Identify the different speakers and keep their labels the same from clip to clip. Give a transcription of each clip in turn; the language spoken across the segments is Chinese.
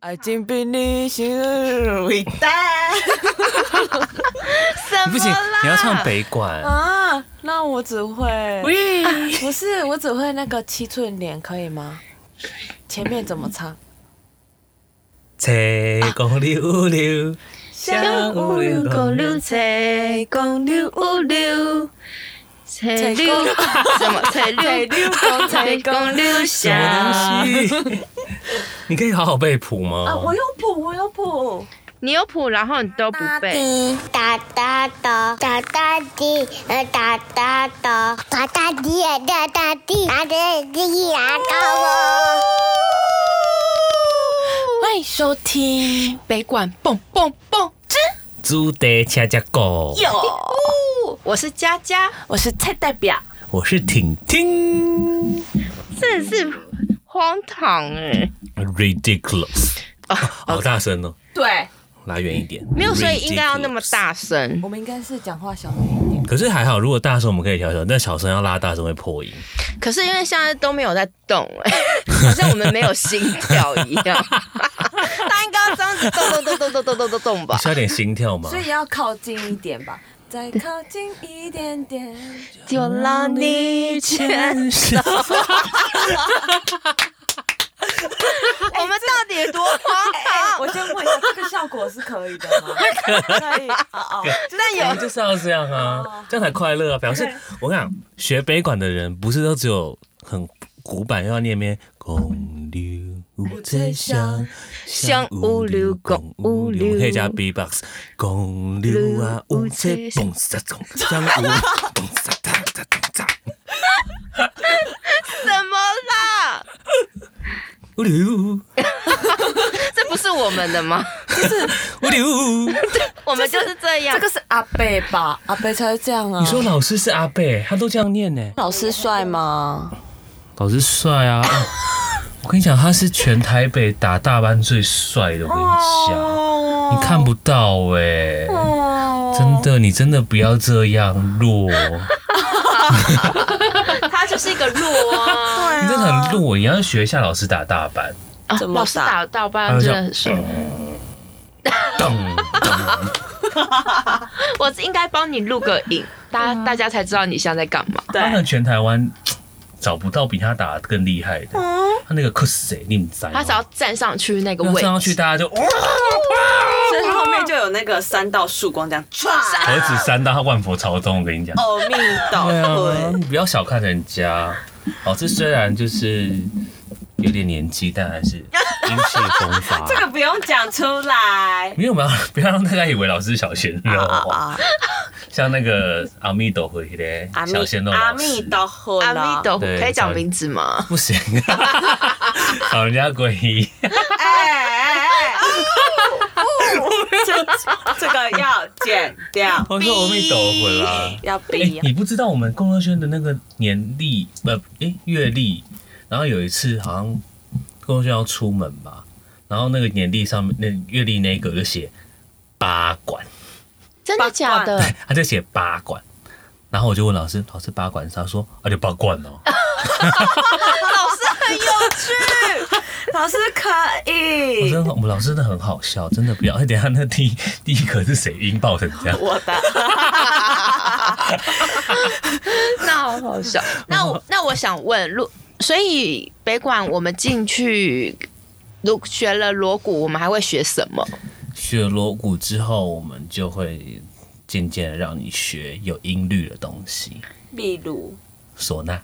Speaker 1: 爱情比旅行伟大。
Speaker 2: 什么
Speaker 3: 不行
Speaker 2: 啦，嗯
Speaker 3: 你要唱北管。
Speaker 1: 啊，那我只会，
Speaker 2: 喂
Speaker 1: 不是我只会那个七寸脸，可以吗？前面怎么唱？
Speaker 3: 七公六 六，
Speaker 1: 香
Speaker 3: 五六公六
Speaker 2: 七公六五六，七六什么？七六
Speaker 1: 六公
Speaker 2: 七公六
Speaker 3: 什么
Speaker 2: 下。
Speaker 3: 东西？你可以好好背谱吗？
Speaker 1: 啊，我有谱，我有谱。
Speaker 2: 你有谱，然后你都不背。
Speaker 4: 滴嗯哒哒哒哒哒滴呃哒哒哒哒哒滴呃哒哒滴哒哒滴啊哒哒哦。
Speaker 1: 欢迎收听北管蹦蹦蹦之，
Speaker 3: 猪得恰恰狗，
Speaker 2: 哦，我是佳佳，
Speaker 1: 我是蔡代表。
Speaker 3: 我是婷婷
Speaker 2: 真的是荒唐哎、
Speaker 3: ，ridiculous，好大声哦，
Speaker 1: 对，
Speaker 3: 拉远一点。
Speaker 2: 没有，所以应该要那么。大声。
Speaker 1: 我们应该是讲话小声一点。
Speaker 3: 可是还好，如果大声我们可以调小，但小声要拉大声会破音。
Speaker 2: 可是因为现在都没有在动、哎， 好像我们没有心跳一 样。他应该要这样子动动动动动动动动动吧
Speaker 3: 需？要点心跳吗
Speaker 1: 所？以要靠近一点吧，再靠近一点点。
Speaker 2: 就让你 牵手。哎我们到底有多荒
Speaker 1: 哎，
Speaker 2: 唐？啊
Speaker 1: 我先问一下，这个效果是可以的吗？ 可以，哦哦，
Speaker 2: 但
Speaker 3: 我
Speaker 2: 有
Speaker 3: 们就是要这样啊，这样才快乐啊！表示我跟你讲，学北管的人不是都只有很古板，又要念边公六五七香
Speaker 2: 香五六公五六
Speaker 3: 我们可以加 B-box，公六啊五七蹦三中香五蹦三哒哒哒哒，
Speaker 2: 什么啦？
Speaker 3: 五六五
Speaker 2: 这不是我们的吗？
Speaker 3: 六。
Speaker 2: 我们就是这样
Speaker 1: 这。个是阿贝吧？阿贝才会这样啊。
Speaker 3: 你说老师是阿贝，他都这样念呢。
Speaker 1: 老师帅吗？
Speaker 3: 老师帅啊！哦我跟你讲，他是全台北打大班最帅的，我跟你讲。你看不到哎、
Speaker 1: 哦
Speaker 3: 真的，你真的不要这样弱，你
Speaker 2: 他就是一个弱 啊。
Speaker 3: 真的很弱，你要学一下老师打大板，
Speaker 2: 啊
Speaker 1: 怎么打
Speaker 2: 老师打到班真的很爽。
Speaker 3: 咚，
Speaker 2: 哎我嗯应该帮你录个影，大家大家才知道你现在在干嘛。
Speaker 3: 他能全台湾找不到比他打得更厉害的，他那个克谁，你们在？
Speaker 2: 他只要站上去那个
Speaker 3: 要
Speaker 2: 位
Speaker 3: 上上去，
Speaker 2: 置，
Speaker 3: 大家就哇，
Speaker 5: 所以后面就有那个三道曙光这样唰，
Speaker 3: 何止三大，他万佛朝宗，我跟你讲。
Speaker 5: 哦，命倒
Speaker 3: 对啊，
Speaker 5: 退。
Speaker 3: 你不要小看人家。老师虽然就是有点年纪，但还是英气风 发。
Speaker 5: 这个不用讲出来。
Speaker 3: 因为我们要不要让大家以为老师是小鲜肉
Speaker 5: 啊
Speaker 3: 像那个阿密斗回嘞，
Speaker 5: 阿密
Speaker 3: 小鲜肉
Speaker 5: 阿
Speaker 3: 老
Speaker 5: 密
Speaker 3: 师
Speaker 5: 倒后
Speaker 2: 阿
Speaker 5: 了
Speaker 2: 米，斗
Speaker 3: 对
Speaker 2: 可以
Speaker 3: 小
Speaker 2: 讲名字吗？
Speaker 3: 不行， 老人家皈依。
Speaker 5: 哎哎哎，这这个要剪掉，
Speaker 3: 我说阿密斗回啦。
Speaker 5: 要
Speaker 3: 哎
Speaker 5: 逼，。
Speaker 3: 你不知道我们龚若轩的那个年历呃，哎阅历，然后有一次好像龚若轩要出门吧，然后那个年历上面那阅历那一格就写八馆。
Speaker 2: 真的假的？
Speaker 3: 他就写八馆。然后我就问老师，老师八馆是？他说，啊，就八馆哦。
Speaker 1: 老师可
Speaker 3: 我
Speaker 1: 以。
Speaker 3: 真的，我们老师真的很好笑，真的不要。 等一下那第一第一课是谁音爆成这样？
Speaker 5: 我的，
Speaker 2: 那好好笑。那我那我想问，如所以北管我们进去，如学了锣鼓，我们还会学什么？
Speaker 3: 学锣鼓之后，我们就会渐渐地让你学有音律的东西，
Speaker 5: 例如
Speaker 3: 唢呐。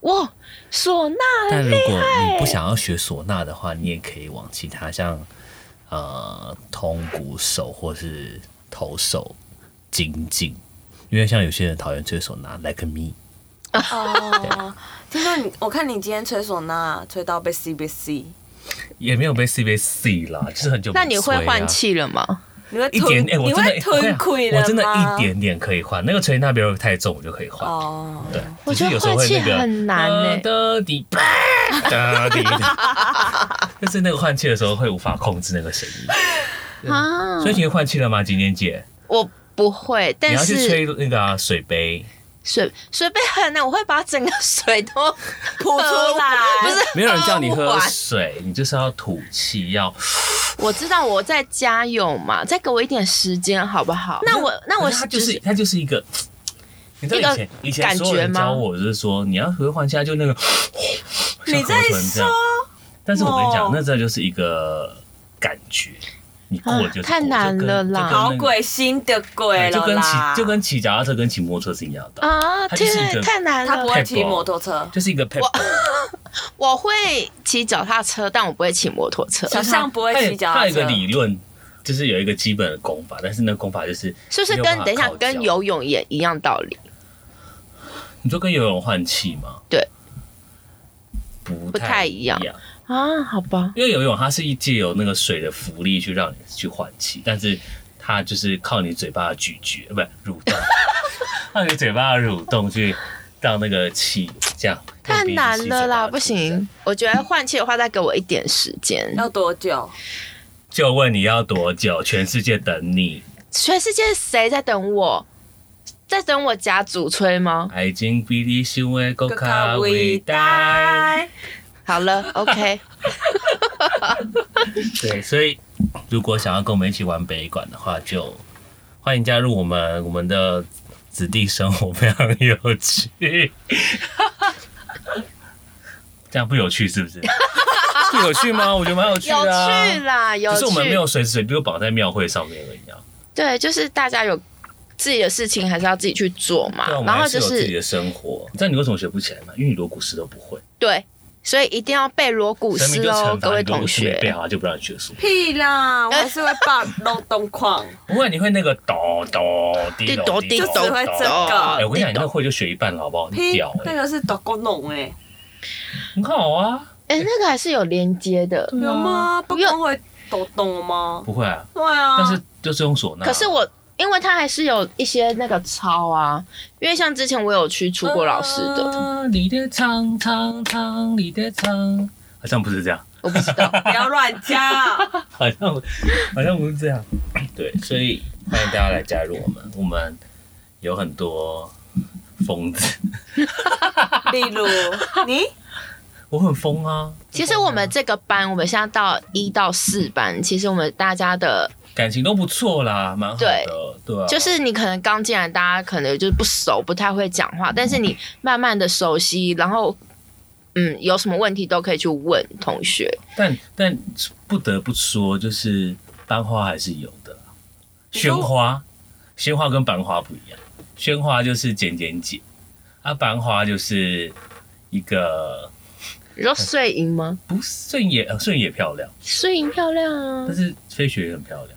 Speaker 2: 哇，唢呐
Speaker 3: 但如果你不想要学唢呐的话，你也可以往其他像呃通鼓手或是头手精进，因为像有些人讨厌吹唢呐，like me。
Speaker 1: 哦，听说你，我看你今天吹唢呐，吹到被 C 被 C，
Speaker 3: 也没有被 C 被 C 啦，就是很久、啊
Speaker 2: 那你会换，气了吗？
Speaker 1: 你会
Speaker 3: 一点
Speaker 1: 吞，
Speaker 3: 哎、我
Speaker 1: 你
Speaker 3: 真的
Speaker 1: 会吞溃了吗？
Speaker 3: 我真的一点点可以换。那个锤那边太重，我就可以换。
Speaker 1: 哦，
Speaker 3: 对，
Speaker 2: 我觉得
Speaker 3: 只是有时候会那
Speaker 2: 换气
Speaker 3: 个
Speaker 2: 很难欸
Speaker 3: 哒滴吧哒滴， 就是那个换气的时候会无法控制那个声音。
Speaker 2: 啊，
Speaker 3: 所以你会换气了吗，景年姐？
Speaker 2: 我不会，
Speaker 3: 啊你
Speaker 2: 但
Speaker 3: 要去
Speaker 2: 是
Speaker 3: 吹那个啊、水杯，
Speaker 2: 水水杯很难，我会把整个水 都
Speaker 5: 吐出来，
Speaker 2: 不是
Speaker 3: 没有人叫你
Speaker 2: 喝
Speaker 3: 喝
Speaker 2: 完啊
Speaker 3: 水，你就是要吐气，要
Speaker 2: 我知道我在家有嘛，再给我一点时间好不好？那我那我
Speaker 3: 他就是他就是一个，你知
Speaker 2: 一
Speaker 3: 道
Speaker 2: 个
Speaker 3: 以前以前
Speaker 2: 感
Speaker 3: 所有人
Speaker 2: 觉吗
Speaker 3: 教我就是说，你要合换下就那个， 像
Speaker 1: 你在
Speaker 3: 河豚这样
Speaker 1: 说。
Speaker 3: 但是我跟你
Speaker 1: 哦
Speaker 3: 讲，那这就是一个感觉，你过了就是
Speaker 2: 啊太
Speaker 3: 过
Speaker 2: 难
Speaker 3: 就跟
Speaker 2: 了啦
Speaker 3: 就跟那
Speaker 1: 好
Speaker 3: 个
Speaker 1: 鬼心的鬼
Speaker 3: 对
Speaker 1: 了
Speaker 3: 就跟骑
Speaker 1: 啦！
Speaker 3: 就跟骑脚踏车跟骑摩托车是一样的，
Speaker 2: 啊，
Speaker 3: 它就是一
Speaker 2: 天
Speaker 3: 个
Speaker 2: 哪，太难
Speaker 1: 他不
Speaker 2: 了。
Speaker 1: 会骑摩托车，
Speaker 3: 就是一个 p e
Speaker 2: 我会骑脚踏车，但我不会骑摩托车，
Speaker 1: 小象不会骑脚
Speaker 3: 它
Speaker 1: 踏
Speaker 3: 有一个
Speaker 1: 车。
Speaker 3: 理论，就是有一个基本的功法，但是那功法就是
Speaker 2: 是不是
Speaker 3: 没
Speaker 2: 跟
Speaker 3: 有办法
Speaker 2: 等一下
Speaker 3: 靠
Speaker 2: 跟
Speaker 3: 脚
Speaker 2: 游泳也一样道理？
Speaker 3: 你就跟游泳换气嘛，
Speaker 2: 对，
Speaker 3: 不
Speaker 2: 不太一
Speaker 3: 一
Speaker 2: 样啊，好吧，
Speaker 3: 因为游泳它是借由那个水的浮力去让你去换气，但是它就是靠你嘴巴的咀嚼，呃不是蠕动，靠你嘴巴的蠕动去让那个气这样。
Speaker 2: 太
Speaker 3: 用鼻子
Speaker 2: 难
Speaker 3: 吸
Speaker 2: 了
Speaker 3: 嘴巴
Speaker 2: 啦，
Speaker 3: 的
Speaker 2: 不
Speaker 3: 气这样
Speaker 2: 行。我觉得换气的话，再给我一点时间。
Speaker 1: 要多久？
Speaker 3: 就问你要多久？全世界等你，
Speaker 2: 全世界谁在等我？在等我家主催吗？
Speaker 3: 爱情比你想的更加伟大。
Speaker 2: 好了 ，OK，
Speaker 3: 对，所以如果想要跟我们一起玩北管的话，就欢迎加入我们我们的子弟生活，非常有趣。 这样不有 趣是不是？不有趣吗？我觉得蛮有趣
Speaker 2: 有
Speaker 3: 的、啊，
Speaker 2: 趣啦，有
Speaker 3: 只
Speaker 2: 趣
Speaker 3: 是我。们没有随时随地都绑在庙会上面而已啊。
Speaker 2: 对，就是大家有自己的事情，还是要自己去做嘛
Speaker 3: 对啊，我。们
Speaker 2: 然后
Speaker 3: 还是
Speaker 2: 就
Speaker 3: 有自己
Speaker 2: 是
Speaker 3: 的生活。你知道你为什么学不起来吗？因为你锣鼓诗都不会，
Speaker 2: 对，所以一定要背锣鼓
Speaker 3: 神明
Speaker 2: 诗
Speaker 3: 就
Speaker 2: 哦
Speaker 3: 惩，
Speaker 2: 各
Speaker 3: 罚
Speaker 2: 位
Speaker 3: 你锣
Speaker 2: 同
Speaker 3: 鼓诗没背
Speaker 2: 学。
Speaker 3: 好，他就不让你学书。
Speaker 1: 屁 啦！我还是会爆漏洞框，
Speaker 3: 不会，你会那个哆哆滴
Speaker 2: 哆
Speaker 3: 哆
Speaker 2: 滴
Speaker 3: 滴
Speaker 1: 就
Speaker 3: 哆
Speaker 1: 只会这
Speaker 3: 哎、
Speaker 1: 个。
Speaker 3: 我跟你讲，你那会就学一半了，好不好？你
Speaker 1: 屁
Speaker 3: 屌、，
Speaker 1: 那
Speaker 3: 欸，
Speaker 1: 个是哆咕弄哎，
Speaker 3: 很好啊。
Speaker 2: 哎，那个还是有连接的，
Speaker 1: 有吗？不
Speaker 2: 不用
Speaker 1: 用会抖动吗？
Speaker 3: 不会啊，
Speaker 1: 对啊，
Speaker 3: 但是就是用唢呐。
Speaker 2: 可是我。因为它还是有一些那个抄啊，因为像之前我有去出国老师的，
Speaker 3: 啊你的唱唱唱，你的唱，好像不是这样，
Speaker 2: 我不知道。
Speaker 1: 不要乱加。
Speaker 3: 好像好像不是这样。对，所以欢迎大家来加入我们，我们有很多疯子，
Speaker 1: 例如你
Speaker 3: 我很疯啊。
Speaker 2: 其实我们这个班，我们现在到一到四班，其实我们大家的，
Speaker 3: 感情都不错啦，蛮好的，对啊。
Speaker 2: 就是你可能刚进来，大家可能就是不熟，不太会讲话，但是你慢慢的熟悉，然后，嗯，有什么问题都可以去问同学。
Speaker 3: 但但不得不说，就是班花还是有的啦，宣花，宣花跟班花不一样，宣花就是简简姐，啊，班花就是一个
Speaker 2: 你
Speaker 3: 嗯
Speaker 2: 说碎银吗？
Speaker 3: 不顺眼，呃顺眼也漂亮，
Speaker 2: 碎银漂亮啊
Speaker 3: 但！是飞雪也很漂亮，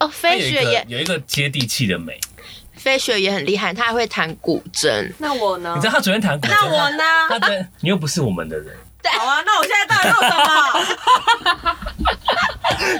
Speaker 2: 哦，
Speaker 3: 她
Speaker 2: 飞雪
Speaker 3: 有一个
Speaker 2: 也
Speaker 3: 有一个接地气的美，
Speaker 2: 飞雪也很厉害，她还会弹古筝。
Speaker 1: 那我
Speaker 2: 哦
Speaker 1: 呢
Speaker 3: 你知？道她昨天弹古筝，
Speaker 1: 那我呢？
Speaker 3: 她的你又不是我 们的人，
Speaker 1: 好啊，那我现在到底做什 么？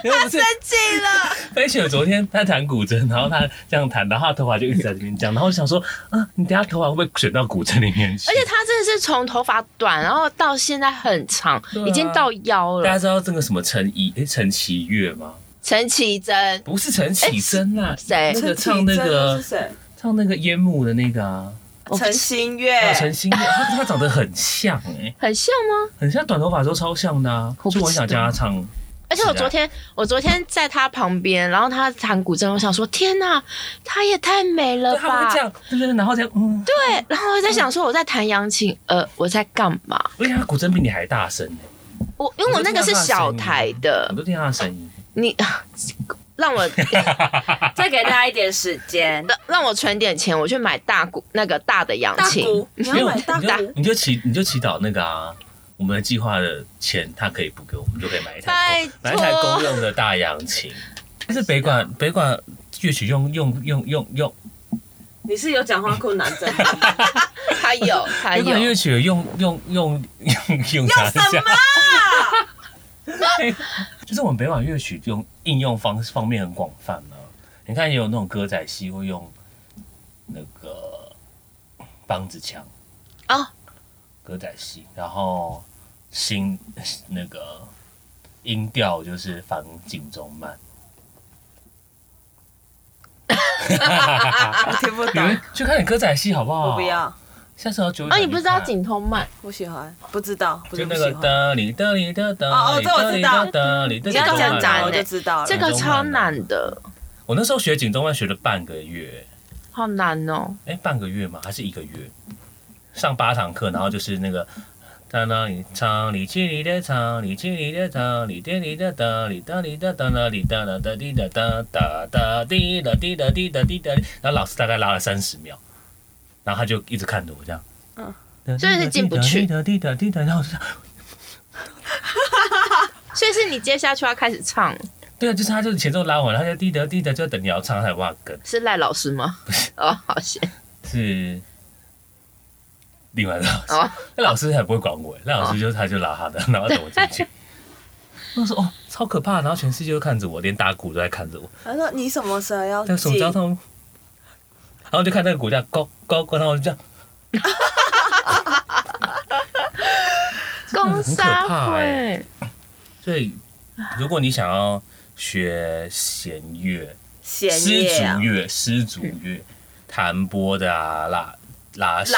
Speaker 3: 你又不是
Speaker 2: 气了，
Speaker 3: 飞雪昨天她弹古筝，然后她这样弹，然后她头发就一直在这边这样，然后我想说，啊，你等下头发会不会卷到古筝里面去？
Speaker 2: 而且她真的是从头发短，然后到现在很长，
Speaker 3: 对啊啊
Speaker 2: 已经到腰
Speaker 3: 大家
Speaker 2: 了。
Speaker 3: 知道这个什么陈怡诶陈绮月吗？
Speaker 2: 陈绮贞
Speaker 3: 不是陈绮贞啊，
Speaker 2: 谁
Speaker 3: 那？个唱那个
Speaker 1: 是谁？
Speaker 3: 唱那个烟幕的那个啊，
Speaker 1: 陈星
Speaker 3: 啊
Speaker 1: 月。
Speaker 3: 陈星月，她她长得很像哎、
Speaker 2: 很像吗？
Speaker 3: 很像短头发的时候超像的啊，
Speaker 2: 我不知
Speaker 3: 就
Speaker 2: 道
Speaker 3: 我很想叫她唱，
Speaker 2: 而且我
Speaker 3: 是啊的
Speaker 2: 昨天，我昨天在他旁边，然后他弹古筝，我想说，天哪，她也太美了
Speaker 3: 对，她
Speaker 2: 吧
Speaker 3: 会这！样，对对，对然后这样，嗯，
Speaker 2: 对，然后我在想说，我在弹扬琴，呃，我在干嘛？
Speaker 3: 而且她古筝比你还大声哎、
Speaker 2: 我因为我那个是小台
Speaker 3: 啊我
Speaker 2: 的，
Speaker 3: 都听她的声音，
Speaker 2: 你让 我
Speaker 1: 再给大家一点时间。
Speaker 2: 让让我存点钱，我去买大鼓那个大的扬
Speaker 1: 大
Speaker 2: 琴。
Speaker 1: 鼓，你要买大
Speaker 3: 你就
Speaker 1: 鼓。
Speaker 3: 你就祈你就祈祷那个啊。我们的计划的钱，她可以不给我们，就可以买一台公
Speaker 2: 拜
Speaker 3: 买一
Speaker 2: 托
Speaker 3: 台公用的大扬琴。但是北管北管乐曲用用用用用
Speaker 1: 你是有讲话困难 症吗？
Speaker 2: 他 有，他
Speaker 3: 那个乐
Speaker 2: 有，
Speaker 3: 曲用用用用用啥
Speaker 1: 啊什 么
Speaker 3: 哎就是我们北管乐曲用应用方方面很广泛呢、你看，也有那种歌仔戏会用那个梆子腔
Speaker 2: 哦，
Speaker 3: 歌仔戏，然后新那个音调就是仿景中慢。
Speaker 1: 我听不
Speaker 3: 你
Speaker 1: 懂
Speaker 3: 们，去看点歌仔戏好不好？
Speaker 1: 我不要。
Speaker 3: 下次我九点。
Speaker 2: 哦，你不知道井通曼？
Speaker 1: 我喜欢，不知道，不
Speaker 3: 就是
Speaker 1: 不
Speaker 3: 那
Speaker 1: 喜
Speaker 3: 个
Speaker 1: 欢。
Speaker 3: 哒哩哒哩哒哒。
Speaker 1: 哦哦这我知道
Speaker 3: 哒哩哒
Speaker 1: 你
Speaker 3: 哩哒
Speaker 1: 要
Speaker 3: 哒
Speaker 1: 讲
Speaker 2: 讲
Speaker 1: 讲我哦
Speaker 2: 欸
Speaker 1: 就知
Speaker 3: 啊
Speaker 1: 道了
Speaker 2: 这。个超难的，
Speaker 3: 我那时候学景中外学了半个月，
Speaker 2: 好难哦。
Speaker 3: 哎，半个月吗？还是一个月？上八堂课，然后就是那个。哒啦哩唱哩叽哩的唱哩叽哩的唱哩滴哩的哒哩哒哩哒哒啦哩哒啦哒滴哒哒哒哒滴啦滴啦滴啦滴哒，然后老师大概拉了三十秒，然后他就一直看着我这样，嗯，
Speaker 2: 所以是进不去
Speaker 3: 滴答滴答滴答，然后我就
Speaker 2: 所以是你接下去要开始唱，
Speaker 3: 对啊，就是他就是前奏拉完，他就滴答滴答，就等你要唱才挖梗，
Speaker 2: 是赖老师 吗？不是，哦，好险
Speaker 3: 是另外的老 师。
Speaker 2: 哦，
Speaker 3: 那老师还不会管我，欸那老师就他就拉他的，然后等我进去。啊 我说哦，超可怕！然后全世界都看着我，连打鼓都在看着我。
Speaker 1: 他说你什么时候要
Speaker 3: 但手
Speaker 1: 进？
Speaker 3: 交通，然后就看那个骨架高高高，然后我就这样，
Speaker 2: 公
Speaker 3: 很可
Speaker 2: 杀
Speaker 3: 怕欸
Speaker 2: 会，
Speaker 3: 所以如果你想要学弦乐，
Speaker 1: 弦
Speaker 3: 丝
Speaker 1: 乐啊嗯
Speaker 3: 竹，乐、丝竹乐、弹拨的啊，拉拉弦、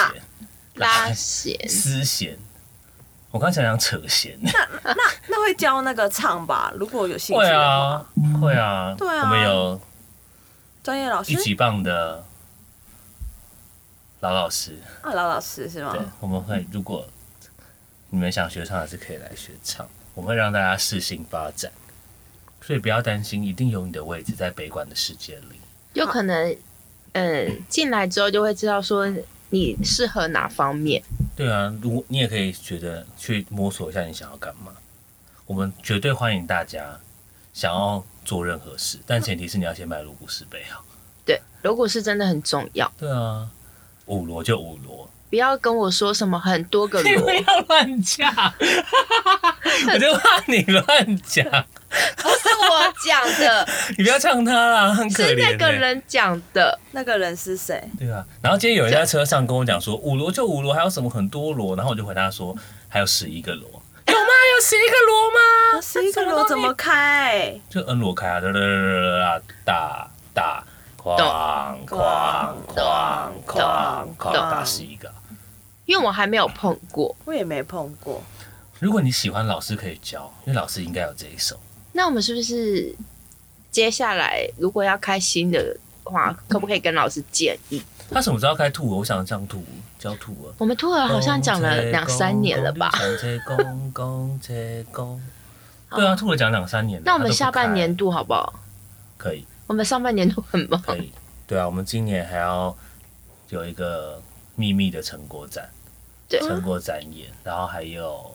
Speaker 1: 拉
Speaker 2: 拉弦
Speaker 3: 丝弦。我刚想想扯弦，
Speaker 1: 那会教那个唱吧？如果有兴趣
Speaker 3: 会
Speaker 1: 的
Speaker 3: 啊
Speaker 1: 话，，
Speaker 3: 会啊，
Speaker 1: 对啊
Speaker 3: 我们有
Speaker 1: 专业老师
Speaker 3: 一级棒的老老师，
Speaker 1: 啊，老老师是吗
Speaker 3: 对？，我们会如果你们想学唱，还是可以来学唱，我们会让大家适性发展，所以不要担心，一定有你的位置在北管的世界里。
Speaker 2: 有可能，嗯，进来之后就会知道说你适合哪方面。
Speaker 3: 对啊，如果你也可以觉得去摸索一下你想要干嘛，我们绝对欢迎大家想要做任何事，但前提是你要先把锣鼓师备好。
Speaker 2: 对，锣鼓是真的很重要，
Speaker 3: 对啊，五锣就五锣，
Speaker 2: 不要跟我说什么很多个
Speaker 3: 你
Speaker 2: 锣
Speaker 3: 不，要乱讲，我就怕你乱讲，
Speaker 2: 不是我讲的，
Speaker 3: 你不要呛他啦，很 可
Speaker 2: 是
Speaker 3: 怜、欸。
Speaker 2: 那个人讲的。
Speaker 1: 那个人是谁？
Speaker 3: 对啊，然后今天有人在车上跟我讲说五罗就五罗，还有什么很多罗，然后我就回答说还有十一个罗，有吗？有十一个罗吗？
Speaker 1: 十一个罗怎啊么开？
Speaker 3: 就 N 罗开啊，哒哒哒哒哒，哐哐哐哐哐打十一个。
Speaker 2: 因为我还没有碰过，
Speaker 1: 我也没碰过。
Speaker 3: 如果你喜欢，老师可以教，因为老师应该有这一首。
Speaker 2: 那我们是不是接下来如果要开新的话，可不可以跟老师建议？
Speaker 3: 他什么时候要开吐我？我想唱吐教吐啊。
Speaker 2: 我们兔儿好像讲了两三年了吧？
Speaker 3: 公车公公车 公对啊，吐了讲两三年了。
Speaker 2: 那我
Speaker 3: 他
Speaker 2: 们
Speaker 3: 都不
Speaker 2: 下半
Speaker 3: 开
Speaker 2: 年度好不好？
Speaker 3: 可以。
Speaker 2: 我们上半年度很忙，
Speaker 3: 可以。对啊，我们今年还要有一个秘密的成果展，
Speaker 2: 对
Speaker 3: 成果展演，然后还有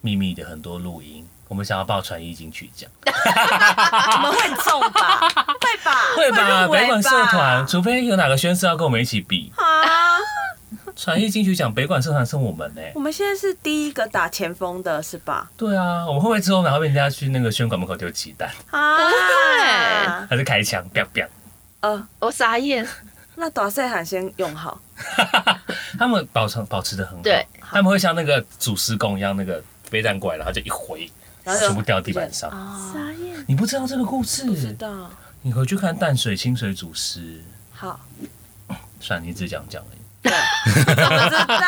Speaker 3: 秘密的很多录音。我们想要报传艺金曲奖，
Speaker 2: 啊
Speaker 1: 我们会中吧？啊 会吧？
Speaker 3: 会吧？
Speaker 1: 入围
Speaker 3: 北管社团，除非有哪个宣誓要跟我们一起比
Speaker 1: 啊！
Speaker 3: 传艺金曲奖，北管社团是我们呢、
Speaker 1: 我们现在是第一个打前锋的是吧？
Speaker 3: 对啊，我们会不会之后然后被人家去那个宣管门口丢鸡蛋，
Speaker 1: 哦啊，
Speaker 3: 还是开枪？biang biang？
Speaker 1: 呃，
Speaker 2: 我傻眼。
Speaker 1: 那打赛喊先用好，
Speaker 3: 他们保存保持的很好，
Speaker 2: 对，
Speaker 3: 他们会像那个主施工一样，那个飞弹过来，然后就一挥，
Speaker 1: 然后就
Speaker 3: 全部掉地板上。
Speaker 1: 啊，
Speaker 3: 你不知道这个故事？
Speaker 1: 知道。
Speaker 3: 你回去看淡水清水祖师，
Speaker 1: 嗯好，
Speaker 3: 算你只讲讲而已。
Speaker 1: 我知道，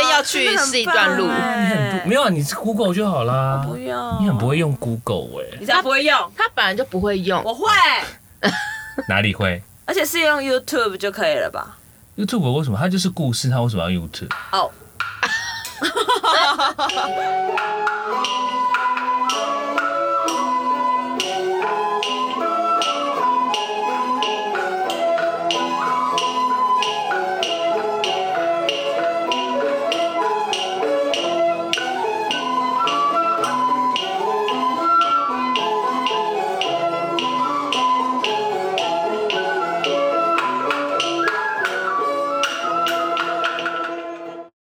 Speaker 2: 因为要去是一段路
Speaker 1: 真的很
Speaker 3: 你很
Speaker 1: 棒
Speaker 3: 不没有啊，你是 Google 就好啦。
Speaker 1: 哎不啊要，
Speaker 3: 你很不，会用 Google 哎、
Speaker 1: 你才不会用，
Speaker 2: 他本来就不会用，
Speaker 1: 我会，
Speaker 3: 哪里会
Speaker 1: 而且是用 YouTube 就可以了吧？哦
Speaker 3: ？YouTube 为什么它就是故事？它为什么要 YouTube？
Speaker 1: 哦，